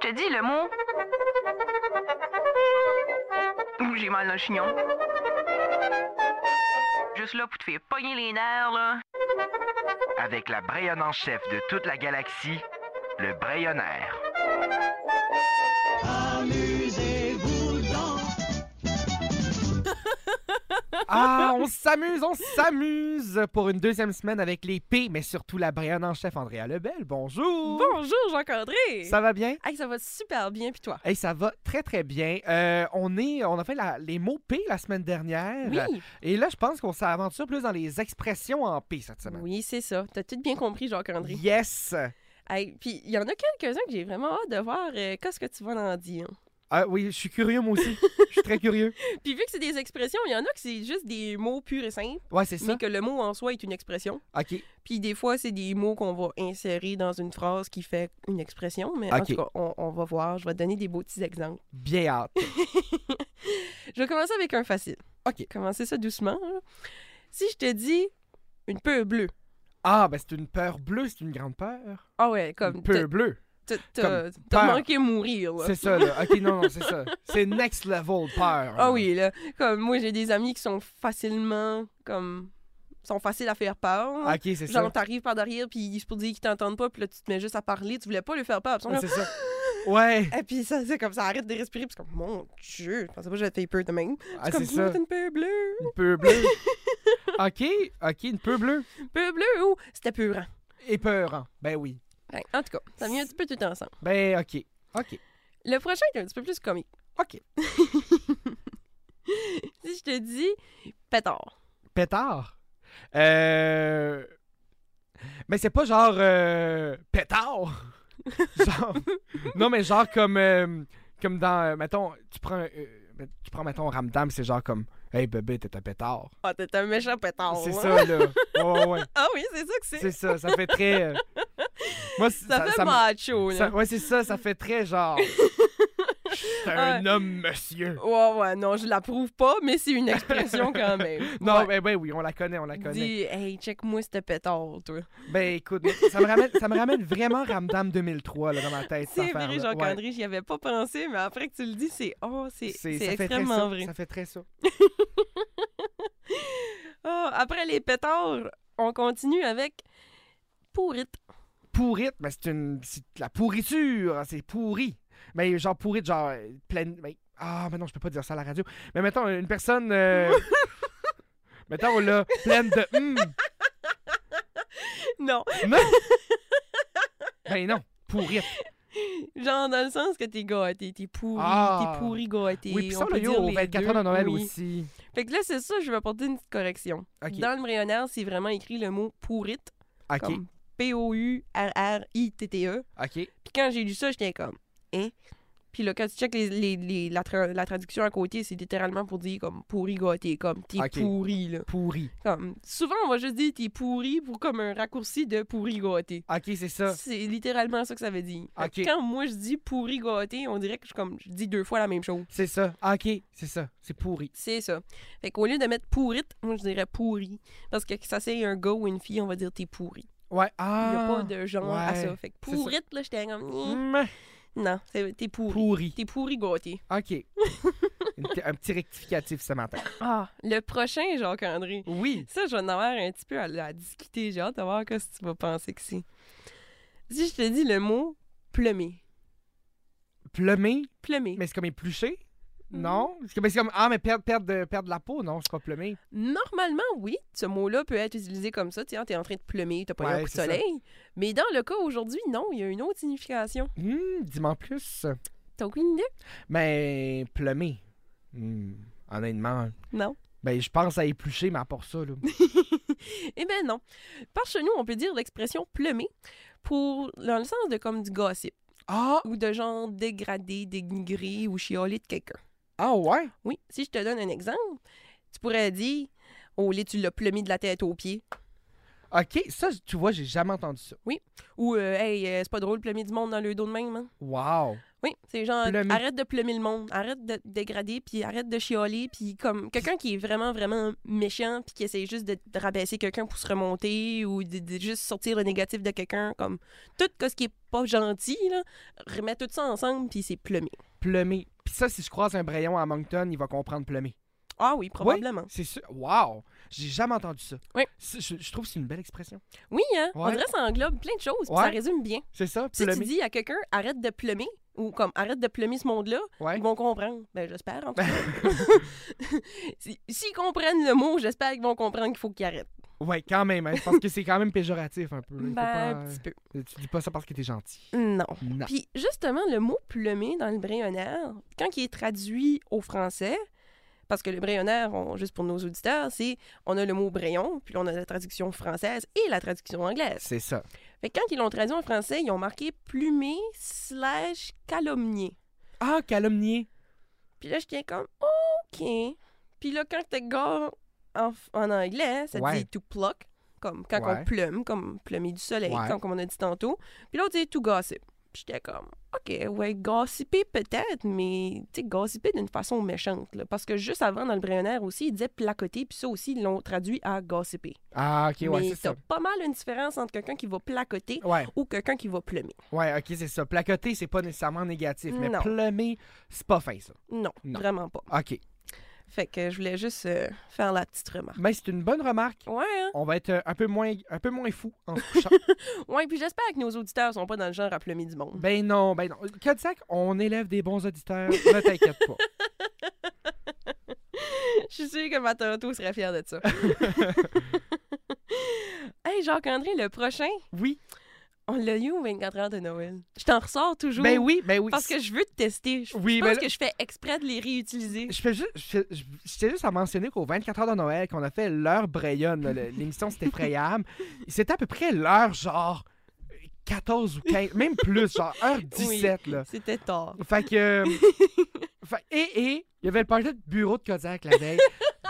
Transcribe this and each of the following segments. te dis le mot. Ouh, j'ai mal dans le chignon. Juste là pour te faire pogner les nerfs, là. Avec la Brayonne en chef de toute la galaxie, le Brayonnaire. Amusez-vous dans Ah, on s'amuse, on s'amuse pour une deuxième semaine avec les P, mais surtout la Brianne en chef, Andrea Lebel. Bonjour! Bonjour, Jean-Candré! Ça va bien? Hey, ça va super bien, puis toi? Hey, ça va très très bien. Euh, on est, on a fait la- les mots P la semaine dernière. Oui, Et là, je pense qu'on s'aventure plus dans les expressions en P cette semaine. oui c'est ça. T'as tout bien compris, Jean-Candré. Yes! Hey, puis il y en a quelques-uns que j'ai vraiment hâte de voir euh, qu'est-ce que tu vas en dire. Ah oui, je suis curieux moi aussi. Je suis très curieux. Puis vu que c'est des expressions, il y en a que c'est juste des mots purs et simples, Ouais, c'est ça. mais que le mot en soi est une expression. OK. Puis des fois, c'est des mots qu'on va insérer dans une phrase qui fait une expression, mais en Ok. tout cas, on, on va voir. Je vais te donner des beaux petits exemples. Bien hâte. Je vais commencer avec un facile. Ok. Commencer ça doucement. là. Si je te dis une peur bleue. Ah, ben c'est une peur bleue, c'est une grande peur. Ah ouais, comme une peur bleue. T'as- T'as t'as peur. manqué mourir, là. C'est ça, là. OK, non, non, c'est ça. C'est next level peur. Ah là. oui, là. Comme moi, j'ai des amis qui sont facilement, comme, sont faciles à faire peur. OK, Ah, c'est ça. Genre, t'arrives par derrière, puis ils se pour dire qu'ils t'entendent pas, puis là, tu te mets juste à parler, tu voulais pas lui faire peur. puis ils Ouais, sont comme- Ah, c'est ça. Ouais. Et puis ça, c'est comme ça, arrête de respirer, puis c'est comme, mon Dieu, je pensais pas que j'allais te faire peur de même. Ah, C'est c'est comme, ça. t'es une peur bleue. Une peu bleue. OK, OK, une peu bleue. Peur bleue ou c'était peurant. Et peurant. Ben oui. Ouais, en tout cas, ça vient un petit peu tout ensemble. Ben OK. OK. Le prochain est un petit peu plus comique. OK. Si je te dis pétard. Pétard. Euh... Mais c'est pas genre euh, pétard. genre... Non, mais genre comme euh, comme dans euh, mettons tu prends euh, tu prends mettons Ramdam, c'est genre comme hey bébé, t'es un pétard. Ah, t'es un méchant pétard. c'est hein. ça là. Ouais, ouais, ouais. Ah oui, c'est ça que c'est. C'est ça, ça fait très euh, Moi c- Ça, fait me- macho, là. ça- ouais, c'est ça, ça fait très genre Je suis un homme monsieur. Ouais, ouais, non, je l'approuve pas, mais c'est une expression quand même. Non, Ouais. ben, ben oui, on la connaît, on la connaît. Dis, hey, check-moi ce pétard, toi. Ben écoute, ça me ramène, ça me ramène vraiment Ramdam 2003 là, dans ma tête. cette C'est vrai, affaire-là. Ouais. Jean-Candré, j'y avais pas pensé, mais après que tu le dis, c'est oh, c'est C'est- c'est ça fait très ça, extrêmement vrai. Ça fait très ça. Ah, après les pétards, on continue avec pourrite. Pourrite, ben, c'est une. C'est de la pourriture, hein, c'est pourri. Mais genre pourrite, genre euh, pleine. ben, ah, mais non, je peux pas dire ça à la radio. Mais mettons, une personne. euh, mettons, là, pleine de. hum. Non, non! Ben non, pourrite. genre dans le sens que t'es gâté, t'es pourri, Ah. t'es pourri gâté. Oui, puis ça, on là, peut yo, dire au les 24 deux, heures de Noël oui. aussi. Fait que là, c'est ça, je vais apporter une petite correction. Ok, Dans le brayonnaire, c'est vraiment écrit le mot pourrite, ok, comme P-O-U-R-R-I-T-T-E. ok. Puis quand j'ai lu ça, j'étais comme, hein? Puis là, quand tu checkes les, les- les- la, tra- la traduction à côté, c'est littéralement pour dire comme pourri gâté, comme t'es Ok. pourri, là. Pourri. Comme, souvent, on va juste dire t'es pourri pour comme un raccourci de pourri gâté. Ok, c'est ça. C'est littéralement ça que ça veut dire. Fait Ah. que Ok. Quand moi je dis pourri gâté, on dirait que je, comme, je dis deux fois la même chose. C'est ça. Ah, ok, c'est ça. C'est pourri. C'est ça. Fait qu'au lieu de mettre pourrite, moi je dirais pourri. Parce que ça c'est un gars ou une fille, on va dire t'es pourri. Ouais. Il Ah. n'y a pas de genre à ouais. ça. Fait que C'est ça. Hmm. pourrite, là, j'étais comme, Hein, Meh. non, c'est- t'es pourri. Pourri. T'es pourri gâté. OK. Une p- un petit rectificatif ce matin. Ah, le prochain Jacques-André. Oui. Ça, je vais en avoir un petit peu à, à discuter. J'ai hâte de voir ce que tu vas penser que c'est. Si je te dis le mot plumer. Plumé, Plumer. mais c'est comme épluché? Mhm. Non? C'est comme, c'est comme- ah, mais perdre, perdre, de, perdre de la peau? Non, c'est pas plumé. Normalement, oui, ce mot-là peut être utilisé comme ça. Tu es en train de plumer, t'as pas eu Ouais, un coup de c'est ça. soleil. Mais dans le cas aujourd'hui, non, il y a une autre signification. Hum, dis-moi en plus. T'as aucune idée? Mais plumé. Hmm, honnêtement. Non. Ben, je pense à éplucher, mais à part ça, là. Eh ben non. Par chez nous, on peut dire l'expression plumer pour, dans le sens de comme du gossip Ah! ou de genre dégradé, dénigré ou chiolé de quelqu'un. Ah, ouais? Oui, si je te donne un exemple, tu pourrais dire Au lait, tu l'as plumé de la tête aux pieds. OK, ça, tu vois, j'ai jamais entendu ça. Ou euh, Hey, euh, c'est pas drôle, plumer du monde dans le dos de même. hein. Wow! Oui, c'est genre Plumer. arrête de plumer le monde, arrête de te dégrader, puis arrête de chialer, puis comme quelqu'un qui est vraiment, vraiment méchant, puis qui essaie juste de, de rabaisser quelqu'un pour se remonter ou de, de juste sortir le négatif de quelqu'un, comme tout ce qui est pas gentil, là, remets tout ça ensemble, puis c'est plumé. Plumé. Puis ça, si je croise un Brayon à Moncton, il va comprendre plumé. Ah oui, probablement. C'est sûr. Wow! J'ai jamais entendu ça. Oui. C'est- Je, je trouve que c'est une belle expression. Oui, hein? on Ouais. dirait que ça englobe plein de choses, puis Ouais. ça résume bien. C'est ça, Si plumé. tu dis à quelqu'un arrête de plumer, ou comme arrête de plumer ce monde-là, Ouais. ils vont comprendre. Ben, j'espère, en tout cas. Si- S'ils comprennent le mot, j'espère qu'ils vont comprendre qu'il faut qu'ils arrêtent. Ouais, quand même. hein. Je pense que c'est quand même péjoratif un peu. là. Il faut Ben, pas, un petit peu. euh, Ah. Tu dis pas ça parce que t'es gentil. Non. Non. Puis justement, le mot plumer dans le brayonnaire, quand il est traduit au français, parce que le brayonnaire, on- juste pour nos auditeurs, c'est on a le mot brayon, puis on a la traduction française et la traduction anglaise. C'est ça. Fait que quand ils l'ont traduit en français, ils ont marqué plumer slash calomnier. Ah, calomnier. Puis là, j'étais comme OK. Puis là, quand t'es gars en, en anglais, ça Ouais. dit to pluck, comme quand Ouais. on plume, comme plumer du soleil, Ouais. comme, comme on a dit tantôt. Puis l'autre dit to gossip. Puis j'étais comme OK, ouais, gossiper peut-être, mais tu sais, gossiper d'une façon méchante. là. Parce que juste avant, dans le Brionnaire aussi, il disait placoter, puis ça aussi, ils l'ont traduit à gossiper. Ah, ok, ouais, mais c'est ça. t'as pas mal une différence entre quelqu'un qui va placoter Ouais, ou quelqu'un qui va plumer. ouais, ok, c'est ça. Placoter, c'est pas nécessairement négatif, mais Non. plumer, c'est pas fin, ça. Non, Non. vraiment pas. Ok. Fait que je voulais juste euh, faire la petite remarque. Mais c'est une bonne remarque. Ouais, hein? On va être euh, un peu moins, un peu moins fou en se couchant. Ouais, puis j'espère que nos auditeurs sont pas dans le genre à plumer du monde. ben non, ben non. Codisac, on élève des bons auditeurs. Ne t'inquiète pas. Je suis sûre que ma Toronto serait fière de ça. hey, Jacques-André, le prochain, Oui. on l'a eu aux 24 heures de Noël. Je t'en ressors toujours. Ben oui, ben oui. Parce que je veux te tester. Je, Oui, je ben pense là- que je fais exprès de les réutiliser. Je fais juste, je fais- je- j'étais juste à mentionner qu'au 24 heures de Noël, qu'on a fait l'heure Brayonne, là, le- l'émission c'était effrayable, c'était à peu près l'heure genre 14 ou 15, même plus, genre heure 17 là. C'était tard. Fait que. euh, fait- et, et, il y avait le party de bureau de Kodak la veille.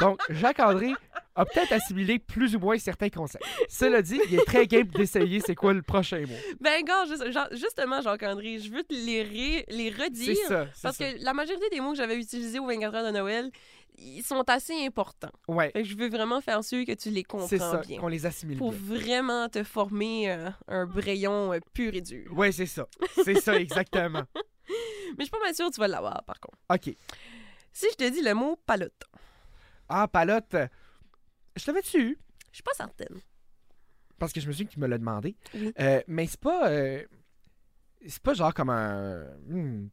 Donc, Jacques-André a peut-être assimilé plus ou moins certains concepts. Cela dit, il est très game d'essayer c'est quoi le prochain mot. Ben, gars, juste- genre- justement, Jacques-André, je veux te les, ré- les C'est redire. ça. c'est Parce ça. que la majorité des mots que j'avais utilisés aux 24 heures de Noël, ils sont assez importants. Ouais, Fait que je veux vraiment faire sûr que tu les comprends c'est ça, bien. qu'on les assimile pour bien. vraiment te former euh, un brayon euh, pur et dur. Ouais, c'est ça. C'est ça, exactement. Mais je suis pas mal sûre que tu vas l'avoir, par contre. OK. Si je te dis le mot palote, Ah, palotte. euh, Je l'avais dessus je suis pas certaine. parce que je me suis dit que tu me l'as demandé. Oui. Euh, mais c'est pas. euh, c'est pas genre comme un. hmm.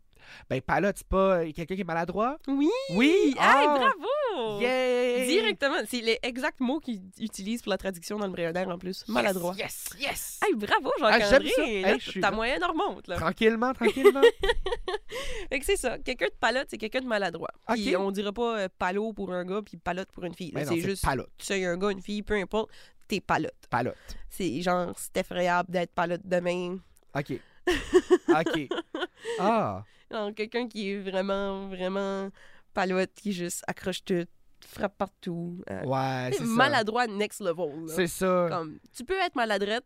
Ben, palotte, c'est pas euh, quelqu'un qui est maladroit. Oui! Oui! Hey, ah, bravo! Yay! Directement, c'est les exacts mots qu'ils utilisent pour la traduction dans le brayonnaire en plus. Maladroit. Yes, yes! Hey, bravo, Ah, j'aime Jean-André! ça. Hey, Là, je suis ta là. moyenne en remonte, là. Tranquillement, tranquillement. Fait que c'est ça. Quelqu'un de palote, c'est quelqu'un de maladroit. Ok. Puis on dira pas euh, palo pour un gars, puis palote pour une fille. Ben non, c'est juste, Palotte. tu sais, un gars, une fille, peu importe, t'es palote. Palotte. C'est genre, c'est effrayable d'être palote demain. OK. OK. Ah. Non, quelqu'un qui est vraiment, vraiment palouette, qui juste accroche tout, frappe partout. euh, Ouais, t'sais, c'est ça. maladroit next level. là. C'est ça. Comme, tu peux être maladrette,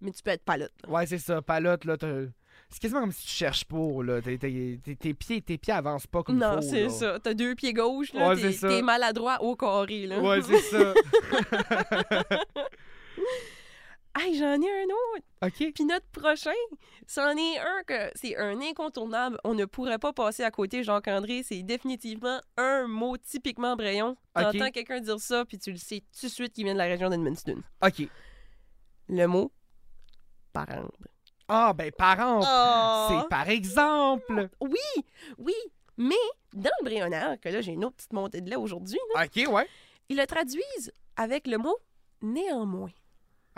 mais tu peux être palote. là. Ouais, c'est ça. Palotte, là, t'as- C'est quasiment comme si tu cherches pour, là. T'es- t'es- t'es- Tes pieds, tes pieds avancent pas comme il faut, Non, c'est là. ça. T'as deux pieds gauche, là. Ouais, t'es, c'est ça. t'es maladroit au carré, là. Ouais, c'est ça. Hey, j'en ai un autre. OK. Puis notre prochain, c'en est un que c'est un incontournable. On ne pourrait pas passer à côté, Jacques-André. C'est définitivement un mot typiquement brayon. Ok. T'entends quelqu'un dire ça, puis tu le sais tout de suite qu'il vient de la région d'Edmundston. OK. le mot parent. Ah, ben, parents, Oh. c'est par exemple. Oui, oui, mais dans le Brionnaire, que là j'ai une autre petite montée de lait aujourd'hui, là, OK, ouais. ils le traduisent avec le mot néanmoins.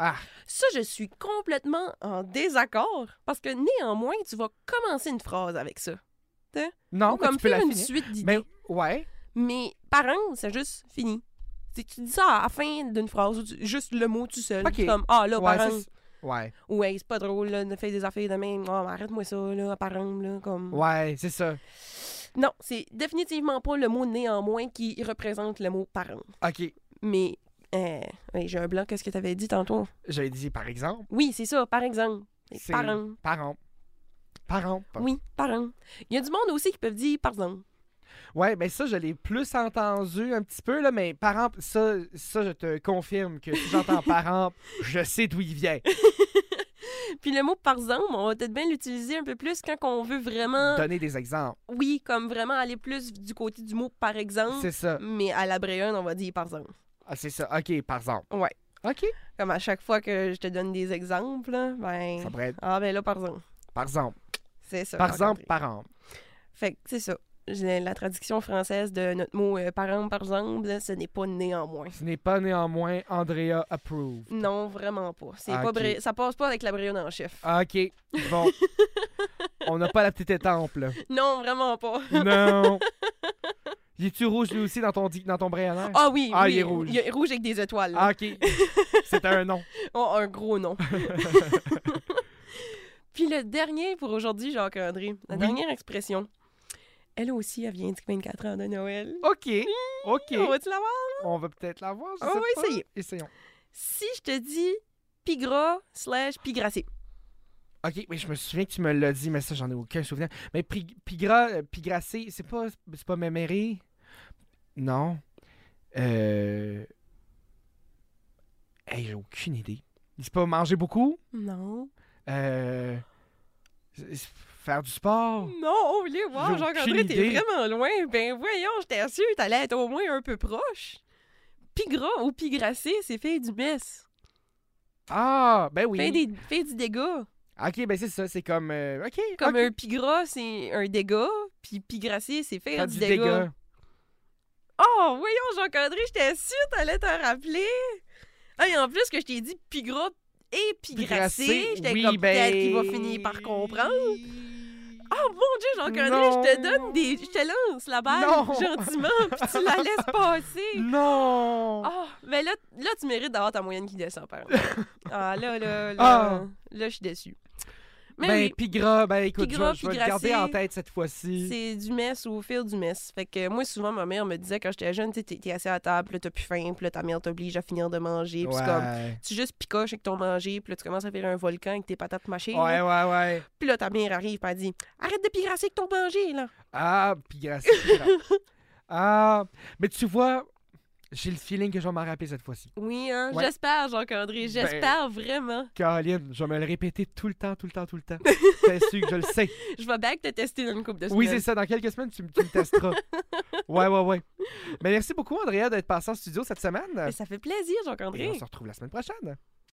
Ah. Ça, je suis complètement en désaccord parce que néanmoins, tu vas commencer une phrase avec ça. Non, Ou Ah, mais comme tu peux faire la une finir. suite d'idées. Ben, ouais. Mais parent, c'est juste fini. C'est- Tu dis ça à la fin d'une phrase, ou tu- juste le mot tout seul. Ok. C'est Comme, ah là, Ouais, parent. c'est- ouais. Ouais, c'est pas drôle, là, ne fais des affaires de même. Oh, arrête-moi ça, là, parent, là. Comme... Ouais, c'est ça. Non, c'est définitivement pas le mot néanmoins qui représente le mot parent. OK. Mais, euh, oui, j'ai un blanc, qu'est-ce que t'avais dit tantôt? J'avais dit par exemple. Oui, c'est ça, par exemple. C'est C'est- Parent. Parents. Par an. par- Oui, par an. Il y a du monde aussi qui peuvent dire par exemple. Ouais, mais ça, je l'ai plus entendu un petit peu, là, mais par an, ça, ça, je te confirme que si j'entends par an, je sais d'où il vient. Puis le mot par exemple, on va peut-être bien l'utiliser un peu plus quand on veut vraiment, Donner des exemples. oui, comme vraiment aller plus du côté du mot par exemple. C'est ça. Mais à la Bréonne, on va dire par exemple. Ah, c'est ça. OK, par exemple. Ouais. OK. Comme à chaque fois que je te donne des exemples, là, ben. Ça pourrait être Ah, ben là, par exemple. par exemple. C'est ça. Par encore exemple, une. par an. Fait que c'est ça. La, la traduction française de notre mot euh, parent, par exemple, là, ce n'est pas néanmoins. Ce n'est pas néanmoins Andrea approve. Non, vraiment pas. C'est Ah, pas ok. bré- Ça passe pas avec la brionne en chef. OK. Bon. On n'a pas la petite étampe, là. Non, vraiment pas. Non. Il est-tu rouge, lui aussi, dans ton, di- dans ton bray à l'air? Ah oui, Ah, oui, il est rouge. Il est rouge avec des étoiles. là. Ah, OK. C'était un nom. Oh, un gros nom. Puis le dernier pour aujourd'hui, Jacques-André, la Oui. dernière expression. Elle aussi, elle vient du 24 heures de Noël. OK. OK. On va-tu l'avoir? On va peut-être l'avoir. je On sais va pas. essayer. Essayons. Si je te dis pigra slash pigracé. OK, mais je me souviens que tu me l'as dit, mais ça, j'en ai aucun souvenir. Mais Pri- Pigra, euh, Pigracé, c'est pas, c'est pas Méméré? Non. Euh... Hey, j'ai aucune idée. C'est pas manger beaucoup? Non. Euh... c'est- c'est Faire du sport? Non, les wow, J'ai Jacques-André, aucune t'es idée. vraiment loin. Ben voyons, je t'assure, t'allais être au moins un peu proche. Pigra ou pigracé, c'est fait du mess. Ah, ben oui. Fait, des, fait du dégât. OK, ben c'est ça, c'est comme... euh, OK, Comme OK. un pigra, c'est un dégât, puis pigracé, c'est faire Faire du, dégât. Oh, voyons, Jacques-André, j'étais sûre que t'allais te rappeler. Ah, et en plus que je t'ai dit pigra et pigracé, j'étais oui, comme peut-être qu'il va ben- finir par comprendre. Oh mon Dieu, Jacques-André, Non. je te donne des... Je te lance la balle Non. gentiment, puis tu la laisses passer. Non! Ah, mais là, là, tu mérites d'avoir ta moyenne qui descend, par exemple. Ah, là, là, là, Ah. là, je suis déçue. Mais ben, oui, Pigra, ben écoute, Pigra, je, je vais le Pigracé, garder en tête cette fois-ci. c'est du mess au fil du mess. Fait que moi, souvent, ma mère me disait quand j'étais jeune, tu sais, t'es t'es assis à la table, puis là, t'as plus faim, puis là, ta mère t'oblige à finir de manger, puis c'est comme... Ouais. Tu juste picoches avec ton manger, puis là, tu commences à faire un volcan avec tes patates mâchées. là. Ouais, ouais, ouais. Puis là, ta mère arrive, puis elle dit « Arrête de pirasser avec ton manger, là! Ah, Pigracé. ah, mais tu vois, j'ai le feeling que je vais m'en rappeler cette fois-ci. » Oui, hein? Ouais. Ben J'espère, Jacques-André, j'espère vraiment. Caroline, je vais me le répéter tout le temps, tout le temps, tout le temps. T'es sûr que je le sais. Je vais back te tester dans une coupe de semaines. Oui, c'est ça. Dans quelques semaines, tu, me- tu me testeras. Ouais, ouais, ouais. Mais merci beaucoup, Andrea, d'être passé en studio cette semaine. Mais ça fait plaisir, Et on Jacques-André. se retrouve la semaine prochaine.